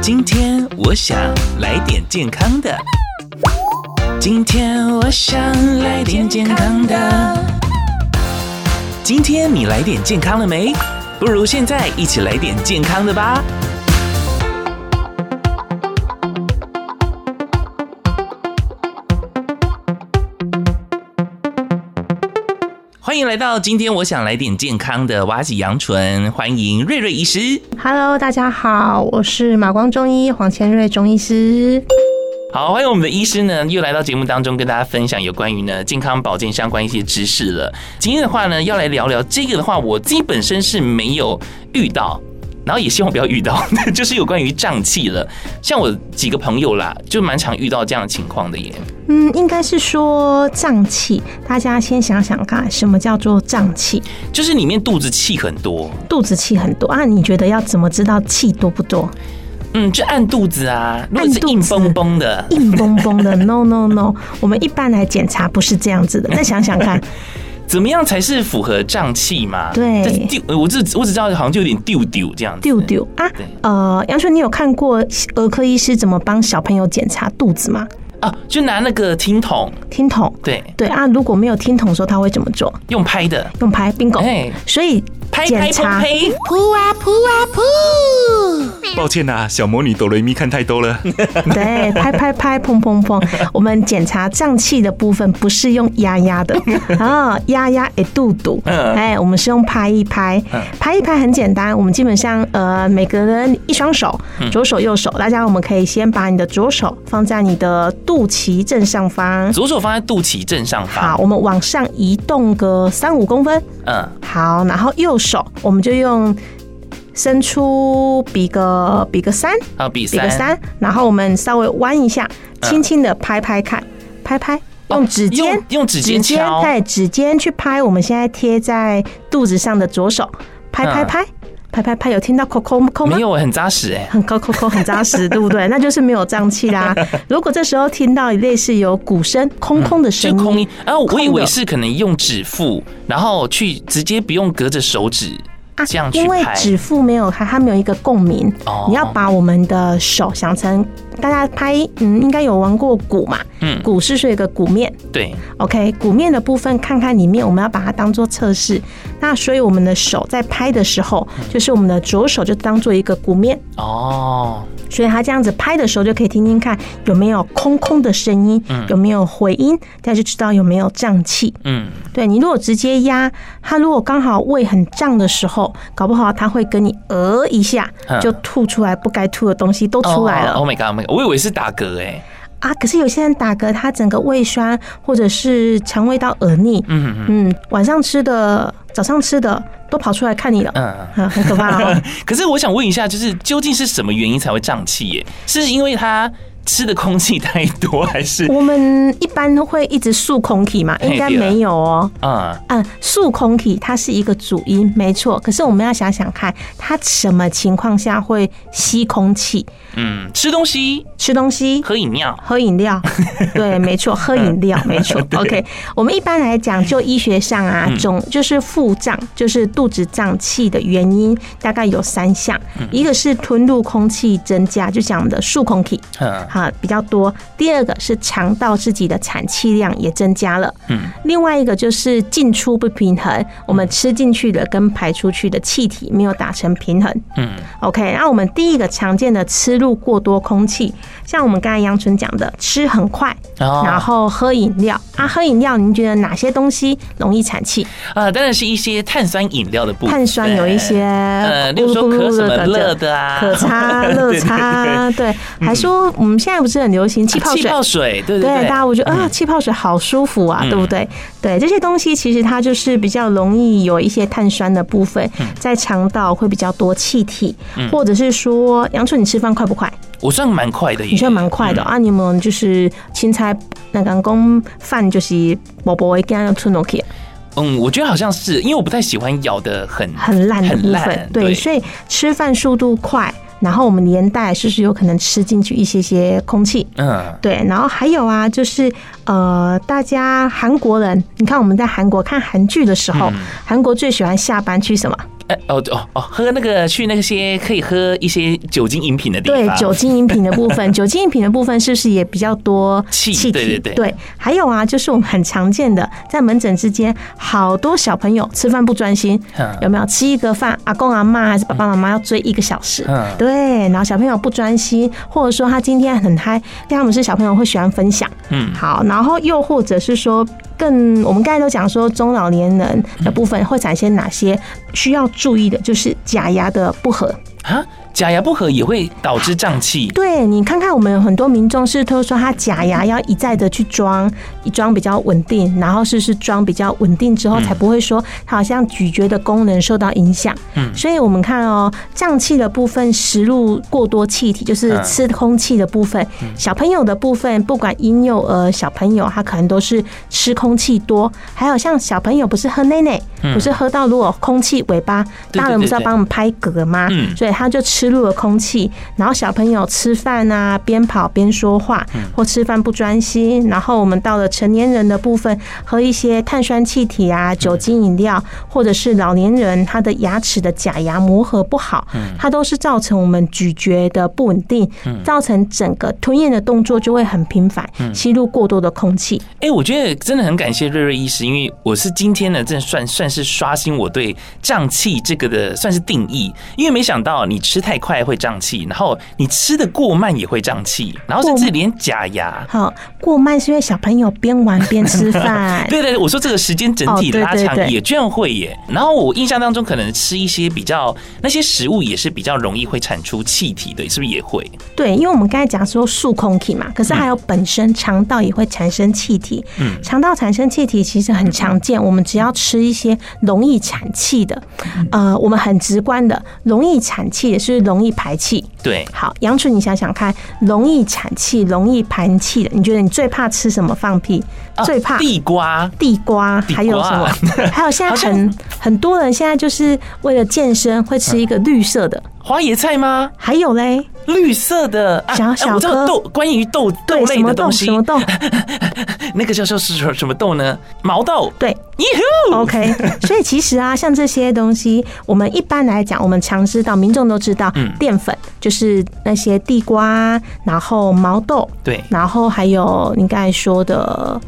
今天我想来点健康的。今天我想来点健康的。今天你来点健康了没？不如现在一起来点健康的吧。欢迎来到今天我想来点健康的瓦吉杨纯，欢迎瑞瑞医师。 Hello，大家好，我是马光中医黄千瑞中医师。好，欢迎我们的医师呢，又来到节目当中跟大家分享有关于呢健康保健相关一些知识了。今天的话呢，要来聊聊这个的话，我自己本身是没有遇到，然后也希望不要遇到， 就是有关于胀气了。像我几个朋友啦，就蛮常遇到这样的情况的耶。嗯，应该是说胀气，大家先想想看，什么叫做胀气？就是里面肚子气很多，肚子气很多啊？你觉得要怎么知道气多不多？嗯，就按肚子啊，如果是按肚子硬绷绷的，硬绷绷 的，No No No，我们一般来检查不是这样子的。再想想 看，怎么样才是符合胀气嘛？对这丢我只我只知道好像就有点丢丢这样子。丢丢啊对，呃，杨春，你有看过儿科医师怎么帮小朋友检查肚子吗？啊，就拿那个听筒，听筒。对，对啊，如果没有听筒的时候，他会怎么做？用拍的，用拍 bingo，、哎所以拍拍检拍查拍。噗啊噗啊噗！抱歉呐、小魔女哆瑞咪看太多了。 对，拍拍拍，砰砰砰。我们检查胀气的部分不是用压 压的啊，压压诶，肚肚，嗯哎，我们是用拍一拍嗯，拍一拍很简单。我们基本上呃，每个人一双手，嗯左手右手，大家我们可以先把你的左手放在你的肚脐正上方，左手放在肚脐正上好，方，我们往上移动个三五公分，嗯，好，然后右手我们就用伸出比个比个三。好，比比三，个三，然后我们稍微弯一下，嗯轻轻的拍拍看，拍拍，哦用指尖，用用指尖敲，对，指尖去拍我们现在贴在肚子上的左手，拍拍嗯拍，拍拍拍，有听到扣扣扣吗没？有，很扎实哎，很抠抠抠，很扎实，对不 对？那就是没有胀气啦。如果这时候听到类似有鼓声、空空的声就音，空音。然后我以空为的是可能用指腹，然后去直接不用隔着手指这样去啊因为拍，指腹没有它，它没有一个共鸣。哦你要把我们的手想成，大家拍，嗯，应该有玩过鼓嘛？嗯鼓是是一个鼓面，对， OK，鼓面的部分看看里面，我们要把它当做测试。那所以我们的手在拍的时候，嗯就是我们的左手就当做一个鼓面，哦，所以它这样子拍的时候就可以听听看有没有空空的声音，有没有回音，大家就知道有没有胀气。嗯，对你如果直接压，它如果刚好胃很胀的时候，搞不好它会跟你呃一下嗯就吐出来不该吐的东西都出来了。哦，Oh my god，Oh my god，我以为是打嗝哎， 啊，可是有些人打嗝，他整个胃酸或者是肠胃道耳逆，嗯嗯，晚上吃的、早上吃的都跑出来看你了，嗯。啊， 很可怕 哦。可是我想问一下，就是究竟是什么原因才会胀气？耶？是因为他吃的空气太多，还是我们一般都会一直漱空体嘛，嘿应该没有哦。嗯嗯，漱空体它是一个主因，没错。可是我们要想想看，它什么情况下会吸空气？嗯吃东西、吃东西、喝饮料？喝饮料，对，没错，喝饮料，没错。OK，我们一般来讲，就医学上啊，总就是腹胀，就是肚子胀气的原因，大概有三项，一个是吞入空气增加，就讲我们的漱空体嗯哈比较多；第二个是肠道自己的产气量也增加了，嗯，另外一个就是进出不平衡，我们吃进去的跟排出去的气体没有达成平衡，嗯， OK，那我们第一个常见的吃入过多空气，像我们刚才杨纯讲的，吃很快，哦然后喝饮料啊，喝饮料，您觉得哪些东西容易产气？啊，当然是一些碳酸饮料的部分，碳酸有一些，呃，例如说可什么乐的啊，可擦、乐 擦，对，还说我们现在不是很流行气泡气水。泡水，对对，对嗯大，家会觉得啊，气泡水好舒服啊，对不对？对，这些东西其实它就是比较容易有一些碳酸的部分嗯在肠道会比较多气体，或者是说，杨春，你吃饭快不快？我算蛮快的耶，你算蛮快嗯的、啊！你们就是青菜那刚讲饭就是薄薄一根要吞落去，嗯，我觉得好像是，因为我不太喜欢咬的很很烂的部很分烂，，对，所以吃饭速度快，然后我们连带是不是有可能吃进去一些些空气？嗯，对，然后还有啊，就是呃，大嗯家韩国人，你看我们在韩国看韩剧的时候，韩国最喜欢下班去什么？哎哦哦哦，喝那个去那些可以喝一些酒精饮品的地对方，酒精饮品的 部分，酒精饮品的部分是不是也比较多气气体？对对对还有啊，就是我们很常见的，在门诊之间，好多小朋友吃饭不专心，嗯有没有？吃一个饭，阿公阿妈还是爸爸妈妈要追一个小时，嗯对。然后小朋友不专心，或者说他今天很嗨，像我们是小朋友会喜欢分享，嗯好，然后又或者是说更，我们刚才都讲说中老年人的部分会产生哪些需要注意的，就是假牙的不合。啊，假牙不合也会导致胀气，对你看看，我们有很多民众是都说他假牙要一再的去装，一装比较稳定，然后是是装比较稳定之后，才不会说他好像咀嚼的功能受到影响。嗯所以我们看哦，胀气的部分食入过多气体，就是嗯吃空气的部分。小朋友的部分，不管婴幼儿、小朋友，他可能都是吃空气多。还有像小朋友不是喝奶奶，不是喝到如果空气尾巴，嗯对大人不是要对对帮我们拍嗝吗？嗯所以他就吃入了空气，然后小朋友吃饭啊，边跑边说话，嗯或吃饭不专心。然后我们到了成年人的部分，喝一些碳酸气体啊、嗯酒精饮料，或者是老年人他的牙齿的假牙磨合不好，嗯它都是造成我们咀嚼的不稳定，造成整个吞咽的动作就会很频繁，嗯吸入过多的空气。哎、我觉得真的很感谢瑞瑞医师，因为我是今天呢，真的算算是刷新我对胀气这个的算是定义，因为没想到你吃太快会胀气，然后你吃的过慢也会胀气，然后甚至连假牙。好，过慢是因为小朋友边玩边吃饭。对对，对我说这个时间整体哦对对拉长对也居然会耶。然后我印象当中，可能吃一些比较那些食物也是比较容易会产出气体的，是不是也会？对，因为我们刚才讲说数空体嘛，可是还有本身肠道也会产生气体。嗯肠道产生气体其实很常见，我们只要吃一些容易产气的，嗯呃，我们很直观的，容易产气也是容易排气。对，好，杨楚，你想想看，容易产气、容易排气的，你觉得你最怕吃什么？放屁，啊最怕。地瓜。地瓜，地瓜啊还有什么？还有现在好像很很多人现在就是为了健身会吃一个绿色的，花椰菜吗？还有嘞，绿色的，啊小啊小我知道颗豆，关于豆豆对什类么的豆东西，什么 豆，那个叫做是什么什么豆呢？毛豆。对，耶呼 OK，所以其实啊，像这些东西，我们一般来讲，我们常知道，民众都知道，嗯淀粉就是那些地瓜，然后毛豆，对然后还有你刚才说的，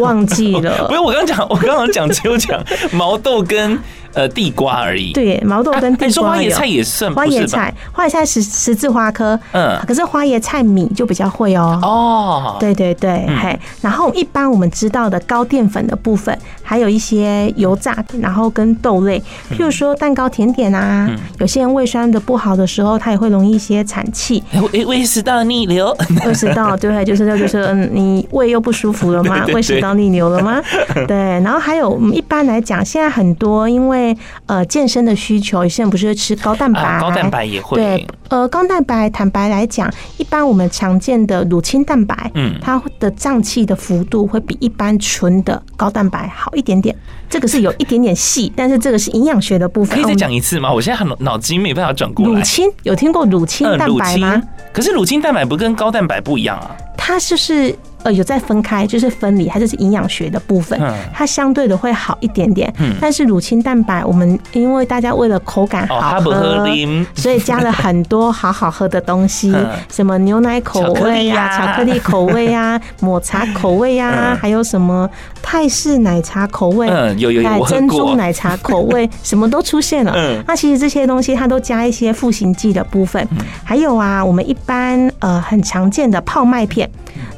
忘记不 了。是我刚讲，我刚刚讲只有 讲毛豆跟呃地瓜而已。对，毛豆跟啊地你说花瓜椰有菜也算哎花不椰是吧？菜，花椰菜十十字花科，嗯可是花椰菜米就比较会哦。哦，对对对，嘿，然后一般我们知道的高淀粉的部分，还有一些油炸，然后跟豆类，嗯譬如说蛋糕、甜点啊，有些人胃酸的不好的时候，它也会容易一些产 气，哎，胃胃食道逆流，胃食道，对不对？就是就是，嗯，你胃又不舒服了吗对对？对胃食道逆流了 吗？对，然后还有，我们一般来讲，现在很多因为呃健身的需求，有些人不是会吃高蛋 白，啊高蛋白也会嗯对，呃，高蛋白，坦白来讲，一般我们常见的乳清蛋白，嗯它的胀气的幅度会比一般纯的高蛋白好一点点。这个是有一点点细，但是这个是营养学的部分。可以哦再讲一次吗？我现在很脑筋没办法转过乳来。嗯呃清有听过乳清蛋乳白清吗？，可是乳清蛋白不跟高蛋白不一样啊？它就是呃有在分开，就是分离，它就是营养学的部分嗯，它相对的会好一点点。但是乳清蛋白，我们因为大家为了口感哦，好哈不喝喝。啉，所以加了很多好好喝的东西嗯，什么牛奶口味呀、巧巧克克力啊力口味 呀、抹茶口味呀嗯，还有什么泰式奶茶口味，嗯有有有哎我喝珍过珠奶茶口 味，什么都出现了。嗯那其实这些东西它都加一些复形剂的部分，还有啊，我们一般呃很常见的泡麦片。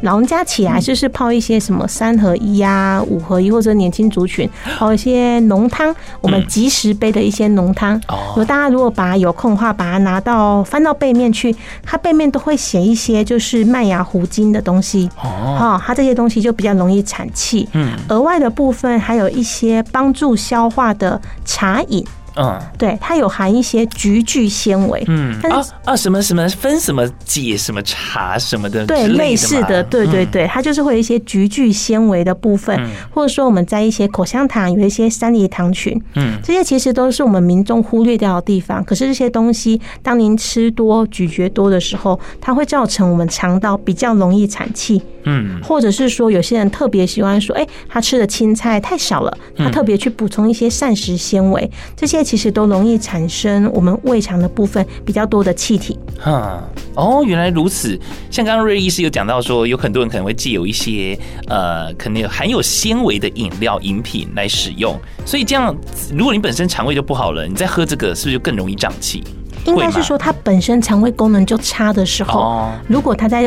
老人家起来就是泡一些什么三合一啊、五合一，或者年轻 族群泡一些浓汤，我们即时杯的一些浓汤。哦如果大家如果把它有空的话，把它拿到翻到背面去，它背面都会写一些就是麦芽糊精的东西。哦，哦，它这些东西就比较容易产气。嗯额外的部分还有一些帮助消化的茶饮，嗯对，它有含一些菊苣纤维，嗯，但啊是啊什么什么分什么解什么茶什么的之对类类似嘛的，嗯对对对，它就是会有一些菊苣纤维的部分，或者说我们在一些口香糖有一些山梨糖群，嗯这些其实都是我们民众忽略掉的地方。可是这些东西，当您吃多、咀嚼多的时候，它会造成我们肠道比较容易产气。嗯，或者是说有些人特别喜欢说，哎、他吃的青菜太少了，他嗯特别去补充一些膳食纤维，这些其实都容易产生我们胃肠的部分比较多的气体。嗯哈，哦，原来如此。像刚刚瑞医师有讲到说，有很多人可能会借由一些呃，可能有含有纤维的饮料、饮品来使用，所以这样，如果你本身肠胃就不好了，你再喝这个是不是就更容易胀气？应该会吗是说它本身肠胃功能就差的时候，哦如果它在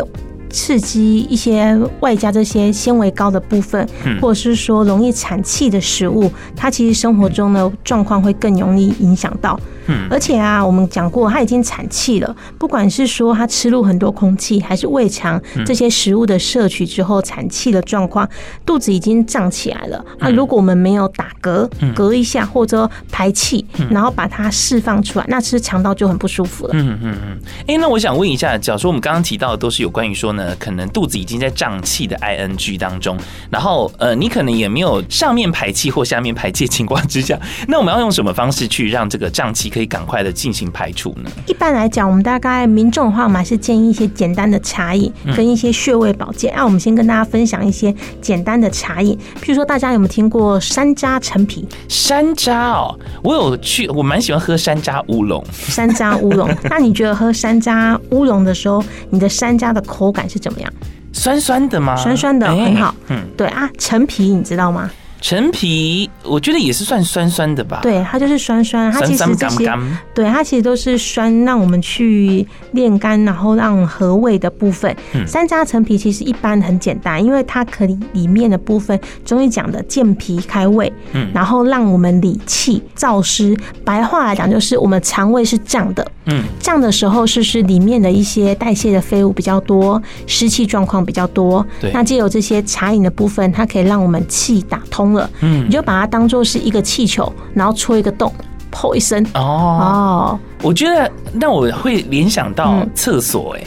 刺激一些外加这些纤维高的部分，嗯或者是说容易产气的食物，它其实生活中的状况会更容易影响到。嗯而且啊，我们讲过，它已经产气了，不管是说它吃入很多空气，还是胃肠嗯这些食物的摄取之后产气的状况，肚子已经胀起来了。那、嗯如果我们没有打嗝，嗝一下或者排气，然后把它释放出来，那其实肠道就很不舒服了。嗯嗯嗯。哎、那我想问一下，假如说我们刚刚提到的都是有关于说呢，可能肚子已经在胀气的 ing 当中，然后呃，你可能也没有上面排气或下面排气的情况之下，那我们要用什么方式去让这个胀气可以赶快的进行排除呢？一般来讲，我们大概民众的话，我们还是建议一些简单的茶饮嗯跟一些穴位保健。那、啊我们先跟大家分享一些简单的茶饮，譬如说大家有没有听过山楂陈皮、山楂哦，我有去，我蛮喜欢喝山楂乌龙。山楂乌 龙？那你觉得喝山楂乌龙的时候，你的山楂的口感是怎么样？酸酸的吗？酸酸的，哎很好。嗯，对啊，陈皮你知道吗？陈皮我觉得也是算酸酸的吧。，对，它就是酸酸，它酸其实酸这甘些甘。对，它其实都是酸，让我们去炼肝，然后让和胃的部分。嗯山楂陈皮其实一般很简单，因为它可以里面的部分，中医讲的健脾开胃，嗯然后让我们理气燥湿。白话来讲，就是我们肠胃是胀的，嗯，胀的时候是不是里面的一些代谢的废物比较多，湿气状况比较多对？那借由这些茶饮的部分，它可以让我们气打通了，嗯你就把它当做是一个气球，然后戳一个洞，砰一声。哦，哦，我觉得那我会联想到嗯厕所、哎、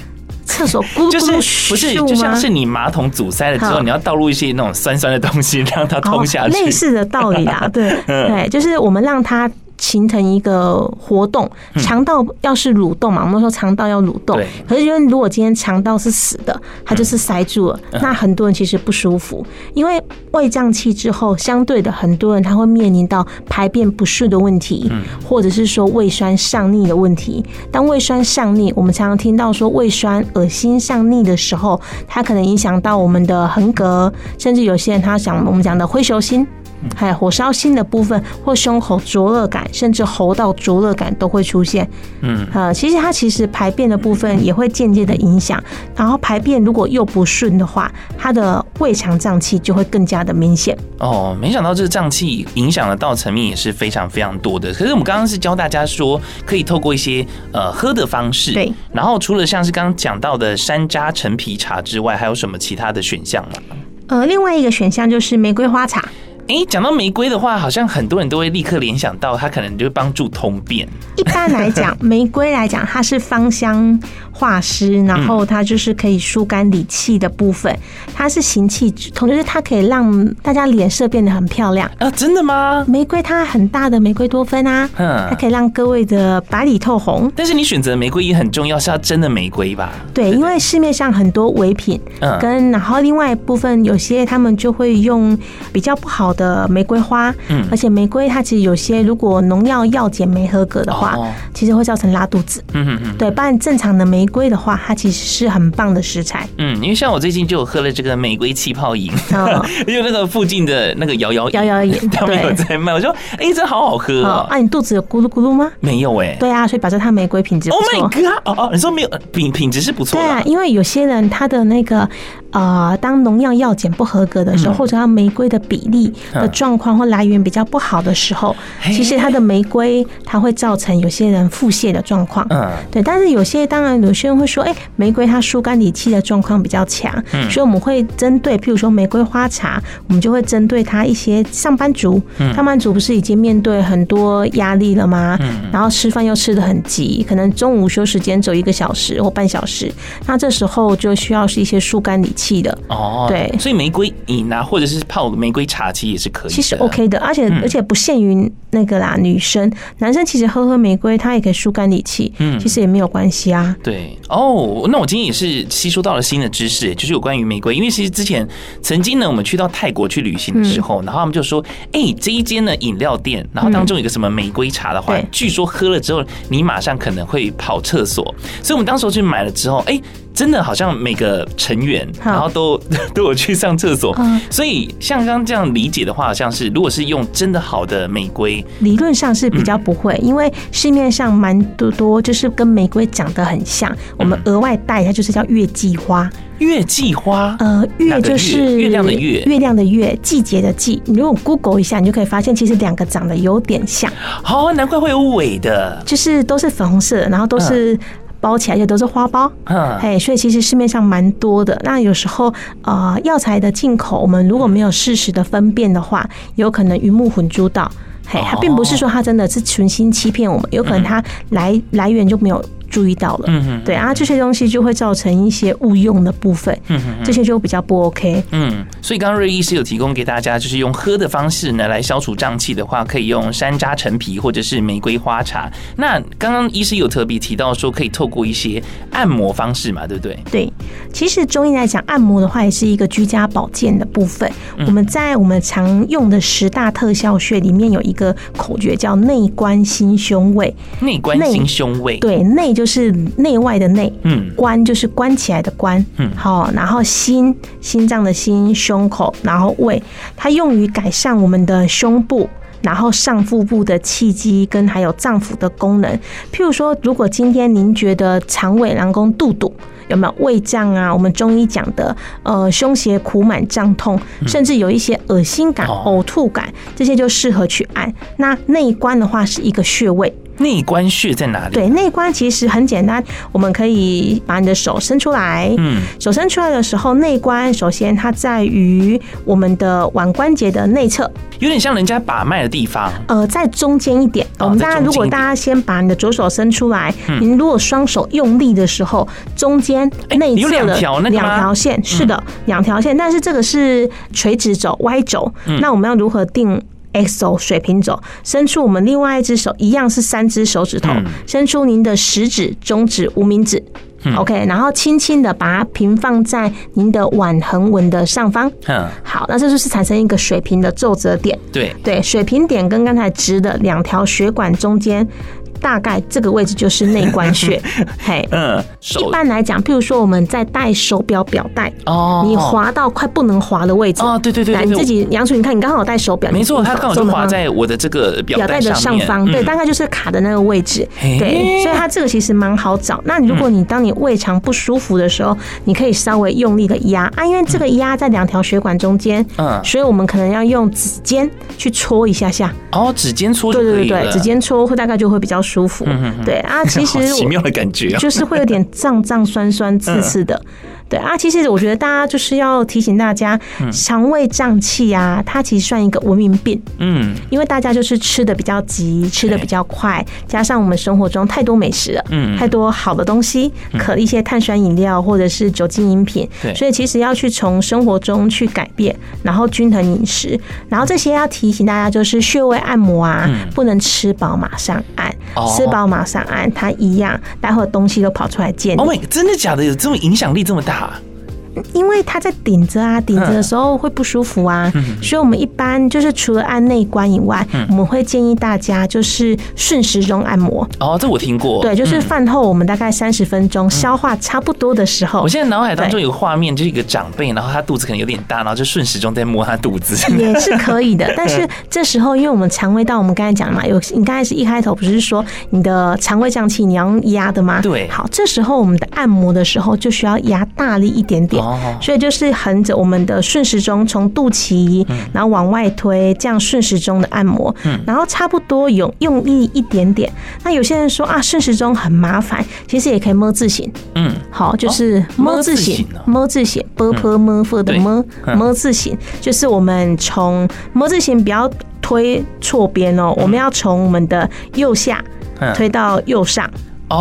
厕所咕 噜就是咕噜不是咻就像吗是你马桶阻塞了之后，好你要倒入一些那种酸酸的东西让它通下哦、去。类似的道理啦，对对，就是我们让它。形成一个活动，肠道要是蠕动嘛，我们说肠道要蠕动对，可是因为如果今天肠道是死的，它就是塞住了，那很多人其实不舒服，因为胃胀气之后，相对的很多人他会面临到排便不适的问题，或者是说胃酸上逆的问题。当胃酸上逆，我们常常听到说胃酸恶心上逆的时候，它可能影响到我们的横膈，甚至有些人他想我们讲的灰球心。还有哎火烧心的部分，或胸口灼热感，甚至喉道灼热感都会出现。嗯，呃，其实它其实排便的部分也会间接的影响，然后排便如果又不顺的话，它的胃肠胀气就会更加的明显。哦，没想到这个胀气影响的到层面也是非常非常多的。可是我们刚刚是教大家说，可以透过一些呃喝的方式，对。然后除了像是刚刚讲到的山楂陈皮茶之外，还有什么其他的选项吗？呃，另外一个选项就是玫瑰花茶，诶，讲到玫瑰的话，好像很多人都会立刻联想到它可能就会帮助通便。一般来讲，玫瑰来讲，它是芳香化湿，然后它就是可以疏肝理气的部分，它是行气止痛，就是它可以让大家脸色变得很漂亮。啊，真的吗？玫瑰它很大的玫瑰多酚啊，嗯它可以让各位的白里透红。但是你选择的玫瑰也很重要，是要真的玫瑰吧？对，因为市面上很多伪品，嗯跟然后另外一部分有些他们就会用比较不好的玫瑰花，嗯而且玫瑰它其实有些如果农药药检没合格的话，哦其实会造成拉肚子。嗯嗯嗯对，不然正常的玫瑰的话，它其实是很棒的食材。嗯，因为像我最近就有喝了这个玫瑰气泡饮， 哦因为那个附近的那个摇摇摇摇饮 他们有对在卖，我说诶，这好好喝哦哦，，啊，你肚子有咕噜咕噜吗？没有诶。对啊，所以表示它玫瑰品质不 Oh 错。 my god！哦哦，你说没有呃品品质是不错对啊的，，因为有些人他的那个呃，当农药药检不合格的嗯时候，或者他玫瑰的比例的状况或来源比较不好的时候，嘿其实它的玫瑰它会造成有些人腹泻的状况。嗯对，但是有些当然有些人会说，哎、玫瑰它疏肝理气的状况比较强，嗯所以我们会针对，譬如说玫瑰花茶，我们就会针对它一些上班族，嗯上班族不是已经面对很多压力了吗？嗯然后吃饭又吃的很急，可能中午休时间只有一个小时或半小时，那这时候就需要是一些疏肝理气。气的。哦，对所以玫瑰饮啊，或者是泡玫瑰茶，其实也是可以的。其实 OK 的，而且、嗯而且不限于那个啦，女生、男生其实喝喝玫瑰，它也可以疏肝理气，嗯其实也没有关系啊。对哦，那我今天也是吸收到了新的知识，就是有关于玫瑰。因为其实之前曾经呢，我们去到泰国去旅行的嗯时候，然后他们就说，哎、这一间呢饮料店，然后当中有一个什么玫瑰茶的话，对据说喝了之后，你马上可能会跑厕所。所以我们当时候去买了之后，哎、真的好像每个成员，好然后都 都有去上厕所嗯，所以像刚刚这样理解的话，好像是如果是用真的好的玫瑰，理论上是比较不嗯会，因为市面上蛮多多，就是跟玫瑰长得很像，嗯我们额外带它就是叫月季花。月季花，呃，哪月个就是月月亮的月月亮的月，季节的季。你如果 Google 一下，你就可以发现，其实两个长得有点像，好、难怪会有尾的，就是都是粉红色的，然后都是包起来，也都是花苞。嗯。哎，所以其实市面上蛮多的。那有时候，呃，药材的进口，我们如果没有适时的分辨的话，有可能鱼目混珠到。哦嘿，它并不是说它真的是存心欺骗我们，有可能它来来源就没有注意到了。嗯哼对啊，这些东西就会造成一些误用的部分，嗯哼这些就比较不 OK。嗯，所以刚刚瑞医师有提供给大家，就是用喝的方式呢来消除胀气的话，可以用山楂陈皮或者是玫瑰花茶。那刚刚医师有特别提到说，可以透过一些按摩方式嘛，对不对？对，其实中医来讲，按摩的话也是一个居家保健的部分。嗯我们在我们常用的十大特效穴里面有一个口诀叫内关心胸胃，内关内心胸胃，对，内就是内外的内，嗯关就是关起来的关，嗯好，然后心心脏的心，胸口，然后胃，它用于改善我们的胸部。然后上腹部的气机跟还有脏腑的功能，譬如说，如果今天您觉得肠胃囊宫肚肚有没有胃胀啊？我们中医讲的呃胸胁苦满胀痛，甚至有一些恶心感、嗯哦呕吐感，这些就适合去按。那内关的话是一个穴位，内关穴在哪里？，对，内关其实很简单，我们可以把你的手伸出来。嗯手伸出来的时候，内关首先它在于我们的腕关节的内侧，有点像人家把脉的地方。呃，在中间一点。哦我们在大家中如果间一点嗯大家先把你的左手伸出来，您如果双手用力的时候，中间哎内有侧两的条那个吗嗯两条线，是的，两条线，但是这个是垂直轴、Y 轴，嗯那我们要如何定？X 轴水平轴，伸出我们另外一只手，一样是三只手指头，嗯伸出您的食指、中指、无名指。OK，然后轻轻的把它平放在您的腕横纹的上方。嗯，好，那这就是产生一个水平的皱褶点。对，对，水平点跟刚才直的两条血管中间，大概这个位置就是内 关穴。嘿，嗯，一手般来讲，譬如说我们在戴手表表带，哦你滑到快不能滑的位置，哦，对对对来对你对，自己杨楚，你看你刚好有戴手表，没错，你它刚好就手滑上在我的这个表表带带的上面方，对，嗯大概就是卡的那个位置，嘿对，所以它这个其实蛮好找。那你如果你当你胃肠不舒服的时候，你可以稍微用力的压啊，因为这个压在两条血管中间，嗯所以我们可能要用指尖去搓一下下，哦，指尖搓就对可对以对了，对，指尖搓会大概就会比较舒服，对 啊，其实嗯好奇我妙的感觉啊，就是会有点胀胀、酸酸、刺刺 的。嗯对啊，其实我觉得大家就是要提醒大家，肠胃胀气啊，它其实算一个文明病，嗯。因为大家就是吃的比较急，吃的比较快，加上我们生活中太多美食了，嗯太多好的东西，可一些碳酸饮料或者是酒精饮品对，所以其实要去从生活中去改变，然后均衡饮食，然后这些要提醒大家就是穴位按摩啊，不能吃饱马上按，嗯哦吃饱马上按，它一样，待会儿东西都跑出来见你。 Oh my，真的假的？有这么影响力这么大？因为它在顶着啊，顶着的时候会不舒服啊，嗯所以我们一般就是除了按内关以外，我们会建议大家就是顺时钟按摩。哦，这我听过。对，就是嗯饭后我们大概三十分钟消化差不多的时候哦我，现在脑海当中有个画面，就是一个长辈，然后他肚子可能有点大，然后就顺时钟在摸他肚子。也是可以的。但嗯是这时候，因为我们肠胃道，我们刚才讲嘛，有你刚开始一开头不是说你的肠胃胀气你要用压的吗？对好，这时候我们的按摩的时候就需要压大力一点点，哦所以就是横着我们的顺时钟从肚脐，嗯然后往外推，这样顺时钟的按摩，然后差不多有用力一点点。那有些人说啊，顺时钟很麻烦，其实也可以摸字形。嗯，好，就是么字形么字形哦，么字形，b p m f 的对么嗯么字形，就是我们从么字形不要推错边哦，我们要从我们的右下嗯推到右上，哦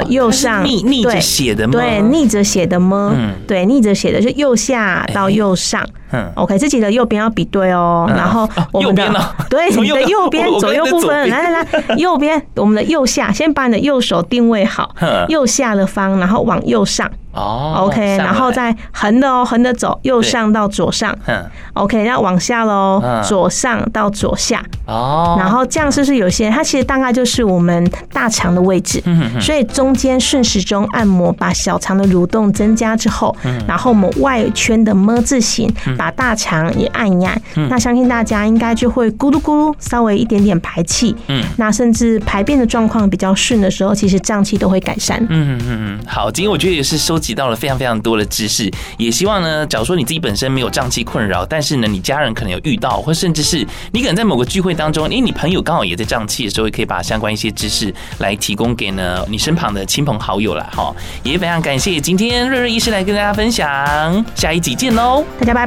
哦右上它是逆逆着对写的吗？对，逆着写的么？嗯哎对，逆着写的就右下到右上。嗯 OK，自己的右边要比对哦。嗯然后哦我们的、右边哦 对从你右的右我边我左右刚才部左分，边 来来来，右边我们的右下，先把你的右手定位好哼，右下的方，然后往右上。哦 OK，上然后来再横的哦，横的走，右上到左上。嗯 OK，要往下喽嗯，左上到左下。哦，然后这样是不是有些？它其实大概就是我们大肠的位置，嗯所以中间顺时钟按摩，把小肠的蠕动增加之后，嗯然后我们外圈的么字形，把大肠也按一按。嗯那相信大家应该就会咕噜咕噜，稍微一点点排气。嗯那甚至排便的状况比较顺的时候，其实胀气都会改善。嗯嗯，嗯，好，今天我觉得也是收集到了非常非常多的知识，也希望呢，假如说你自己本身没有胀气困扰，但是呢，你家人可能有遇到，或甚至是你可能在某个聚会当中，因为你朋友刚好也在胀气的时候，也可以把相关一些知识来提供给呢你身旁的亲朋好友啦。哈。也非常感谢今天瑞瑞医师来跟大家分享，下一集见喽，大家拜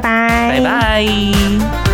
拜拜，拜